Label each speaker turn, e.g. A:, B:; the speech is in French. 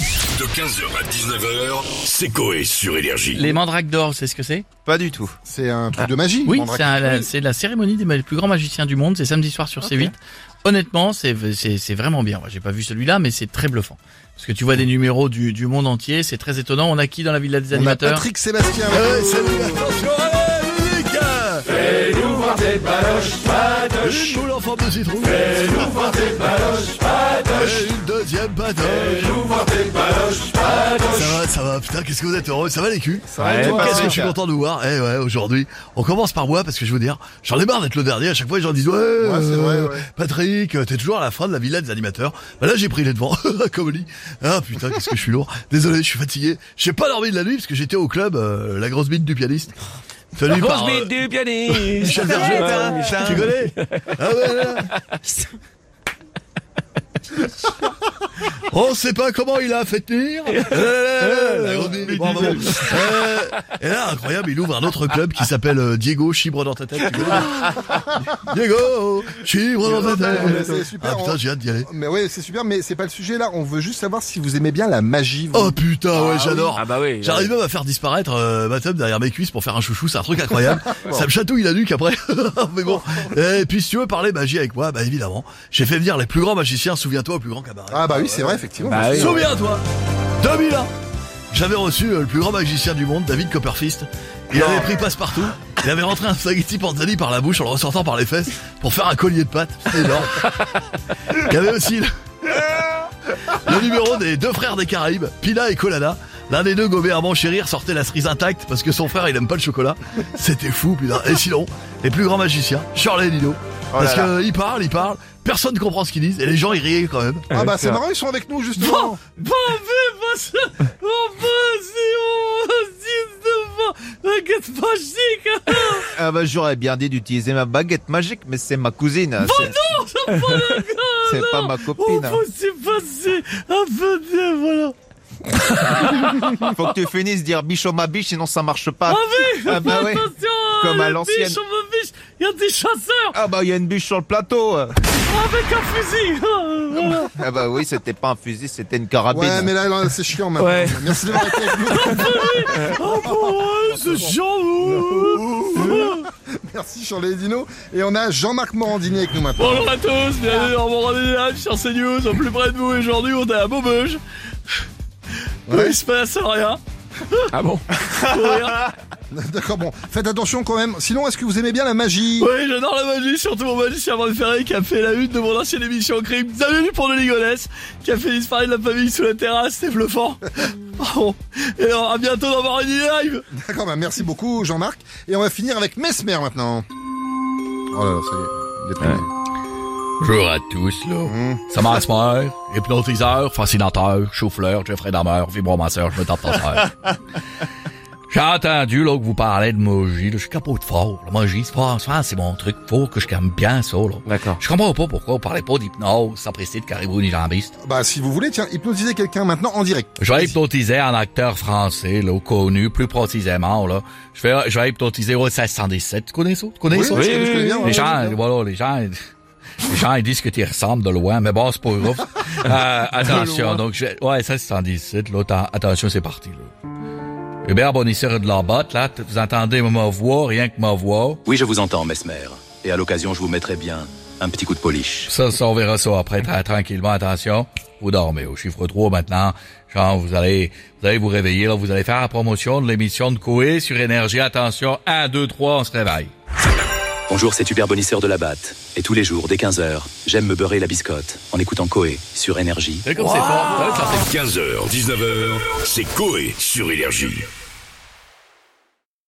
A: De 15h à 19h, c'est Coé sur Énergie.
B: Les mandrakes d'or, c'est ce que c'est
C: Pas du tout.
D: C'est un truc de magie.
B: Oui,
C: Mandrake
B: c'est un- la- c'est la cérémonie des ma- plus grands magiciens du monde, c'est samedi soir sur C8. Honnêtement, c'est c'est- c'est vraiment bien. Moi, J'ai pas vu celui-là, mais c'est très bluffant. Parce que tu vois des numéros du, du monde entier, c'est très étonnant. On a qui dans la villa des
D: On a
B: animateurs
D: Patrick Sébastien.
C: Une boule en forme de citrouille. Et une deuxième patoche. Ça va, ça va. Putain, qu'est-ce que vous êtes heureux. Ça va les culs
D: va, et toi
C: Qu'est-ce que je suis
D: Patrick
C: content de vous voir. Eh ouais, aujourd'hui, on commence par moi parce que je veux dire, j'en ai marre d'être le dernier. À chaque fois, les gens disent ouais,
D: c'est vrai, ouais.
C: Patrick, euh, t'es toujours à la fin de la villa des animateurs. Bah là, j'ai pris les devants, comme on dit. Ah putain, qu'est-ce que je suis lourd. Désolé, je suis fatigué. J'ai pas dormi de la nuit parce que j'étais au club, euh, la grosse bite du pianiste. Salut par, euh,
E: du pianiste.
C: Michel Berger, putain, tu connais Ah ouais, là, là. On sait Oh, pas comment il a fait tenir. Euh, la grosse bite. Bon, bon, bon. Euh, Et là, incroyable, il ouvre un autre club qui s'appelle euh, Diego Chibre dans ta tête. tu connais Diego Chibre dans ta
D: C'est
C: tête.
D: super,
C: Ah putain,
D: hein.
C: j'ai hâte d'y aller.
D: Mais ouais, c'est super, mais c'est pas le sujet là. On veut juste savoir si vous aimez bien la magie. vous.
C: Oh putain, ouais, j'adore.
E: Ah bah oui.
C: J'arrive même à faire disparaître euh, ma table derrière mes cuisses pour faire un chouchou, c'est un truc incroyable. ça me chatouille la nuque après. Mais bon. Et puis si tu veux parler magie avec moi, bah évidemment, j'ai fait venir les plus grands magiciens, souviens-toi, au plus grand cabaret.
D: Ah bah oui, c'est vrai, effectivement.
E: Bah oui.
C: Souviens-toi 2001 J'avais reçu euh, le plus grand magicien du monde, David Copperfist. Il avait pris passe-partout. Il avait rentré un spaghetti panzani par la bouche en le ressortant par les fesses pour faire un collier de pâtes. C'était énorme. Il y avait aussi le, le numéro des deux frères des Caraïbes, Pina et Colada. L'un des deux gobait un chérir, sortait la cerise intacte parce que son frère il aime pas le chocolat. C'était fou, putain. Et sinon, les plus grands magiciens, Shirley et Lino. Parce qu'ils parlent, ils parlent, personne ne comprend ce qu'ils disent et les gens ils riaient quand même.
D: Ah bah c'est marrant, ils sont avec nous justement.
B: Bon, mais, bon, ça- bon, bon, oh, c'est- oh, 19, baguette magique, hein.
F: Ah bah j'aurais bien dit d'utiliser ma baguette magique, mais c'est ma cousine. c'est- C'est pas ma copine.
B: s'est Oh, passé un peu de... Voilà.
F: Faut que tu finisses de dire biche ma biche, sinon ça marche pas.
B: oui,
F: Ah bah oui.
B: attention, euh,
F: Comme à
B: les
F: l'ancienne.
B: biches, on me biche, il y a des chasseurs
F: Ah bah il y a une biche sur le plateau.
B: avec un fusil. Voilà.
F: Ah bah oui, c'était pas un fusil, c'était une carabine.
D: Ouais, mais là, là, c'est chiant maintenant.
E: Ouais.
D: Merci d'avoir été avec nous.
B: Oh, ce oh. chiant
D: Merci Charlie et Dino. Et on a Jean-Marc Morandini avec nous maintenant.
B: Bonjour à tous, bienvenue dans mon rendez-vous live sur CNews, au plus près de vous. Et Aujourd'hui, on est à Maubeuge. Où il se passe rien.
E: Ah bon
B: Pour rien.
D: D'accord, bon, faites attention quand même. Sinon, est-ce que vous aimez bien la magie
B: Oui, j'adore la magie, surtout mon magicien préféré qui a fait la une de mon ancienne émission Crime. Xavier Dupont de Ligonnès, qui a fait disparaître la famille sous la terrasse, c'est bluffant. Bon. Et alors, à bientôt dans mon rendez-vous live.
D: D'accord, bah merci beaucoup Jean-Marc. Et on va finir avec Mesmer maintenant. Oh là là, ça y est, il est terminé.
B: Bonjour à tous, là. Ça m'a Mesmer, hypnotiseur, fascinateur, chauffleur, Jeffrey Dahmer, vibromasseur, je me tape ta sœur. J'ai entendu, là, que vous parlez de magie, là. Je suis capote fort. La magie, c'est fort, ça, c'est mon truc. Faut que je calme bien ça, là.
E: D'accord.
B: Je comprends pas pourquoi vous parlez pas d'hypnose, sapristi de caribou ni jambiste.
D: Bah si vous voulez, tiens, hypnotisez quelqu'un maintenant en direct.
B: Je vais hypnotiser un acteur français, là, connu, plus précisément, là. Je vais, je vais hypnotiser au 1617. Tu connais ça? Tu connais ça?
D: je connais- je connais bien, hein. ouais,
B: Les gens,
D: je connais bien.
B: voilà, les gens, les gens, ils disent que tu ressembles de loin, mais bon, c'est pas grave. Euh, attention, donc, je, ouais, ça, c'est 117, là, atten- attention, c'est parti, là. Hubert Bonisseur de la botte, là, t- vous entendez ma voix, rien que ma voix.
G: Oui, je vous entends, Mesmer. Et à l'occasion, je vous mettrai bien un petit coup de polish.
B: Ça, ça, on verra ça après, tra- tranquillement, attention. Vous dormez au chiffre 3 maintenant. Genre, vous allez, vous allez vous réveiller, là, vous allez faire la promotion de l'émission de Coé sur Énergie. Attention, 1, 2, 3, on se réveille.
G: Bonjour, c'est Hubert Bonisseur de la Batte. Et tous les jours, dès 15h, j'aime me beurrer la biscotte en écoutant Coé sur Énergie.
B: C'est comme c'est fort.
A: 15h, 19h, c'est Coé sur Énergie.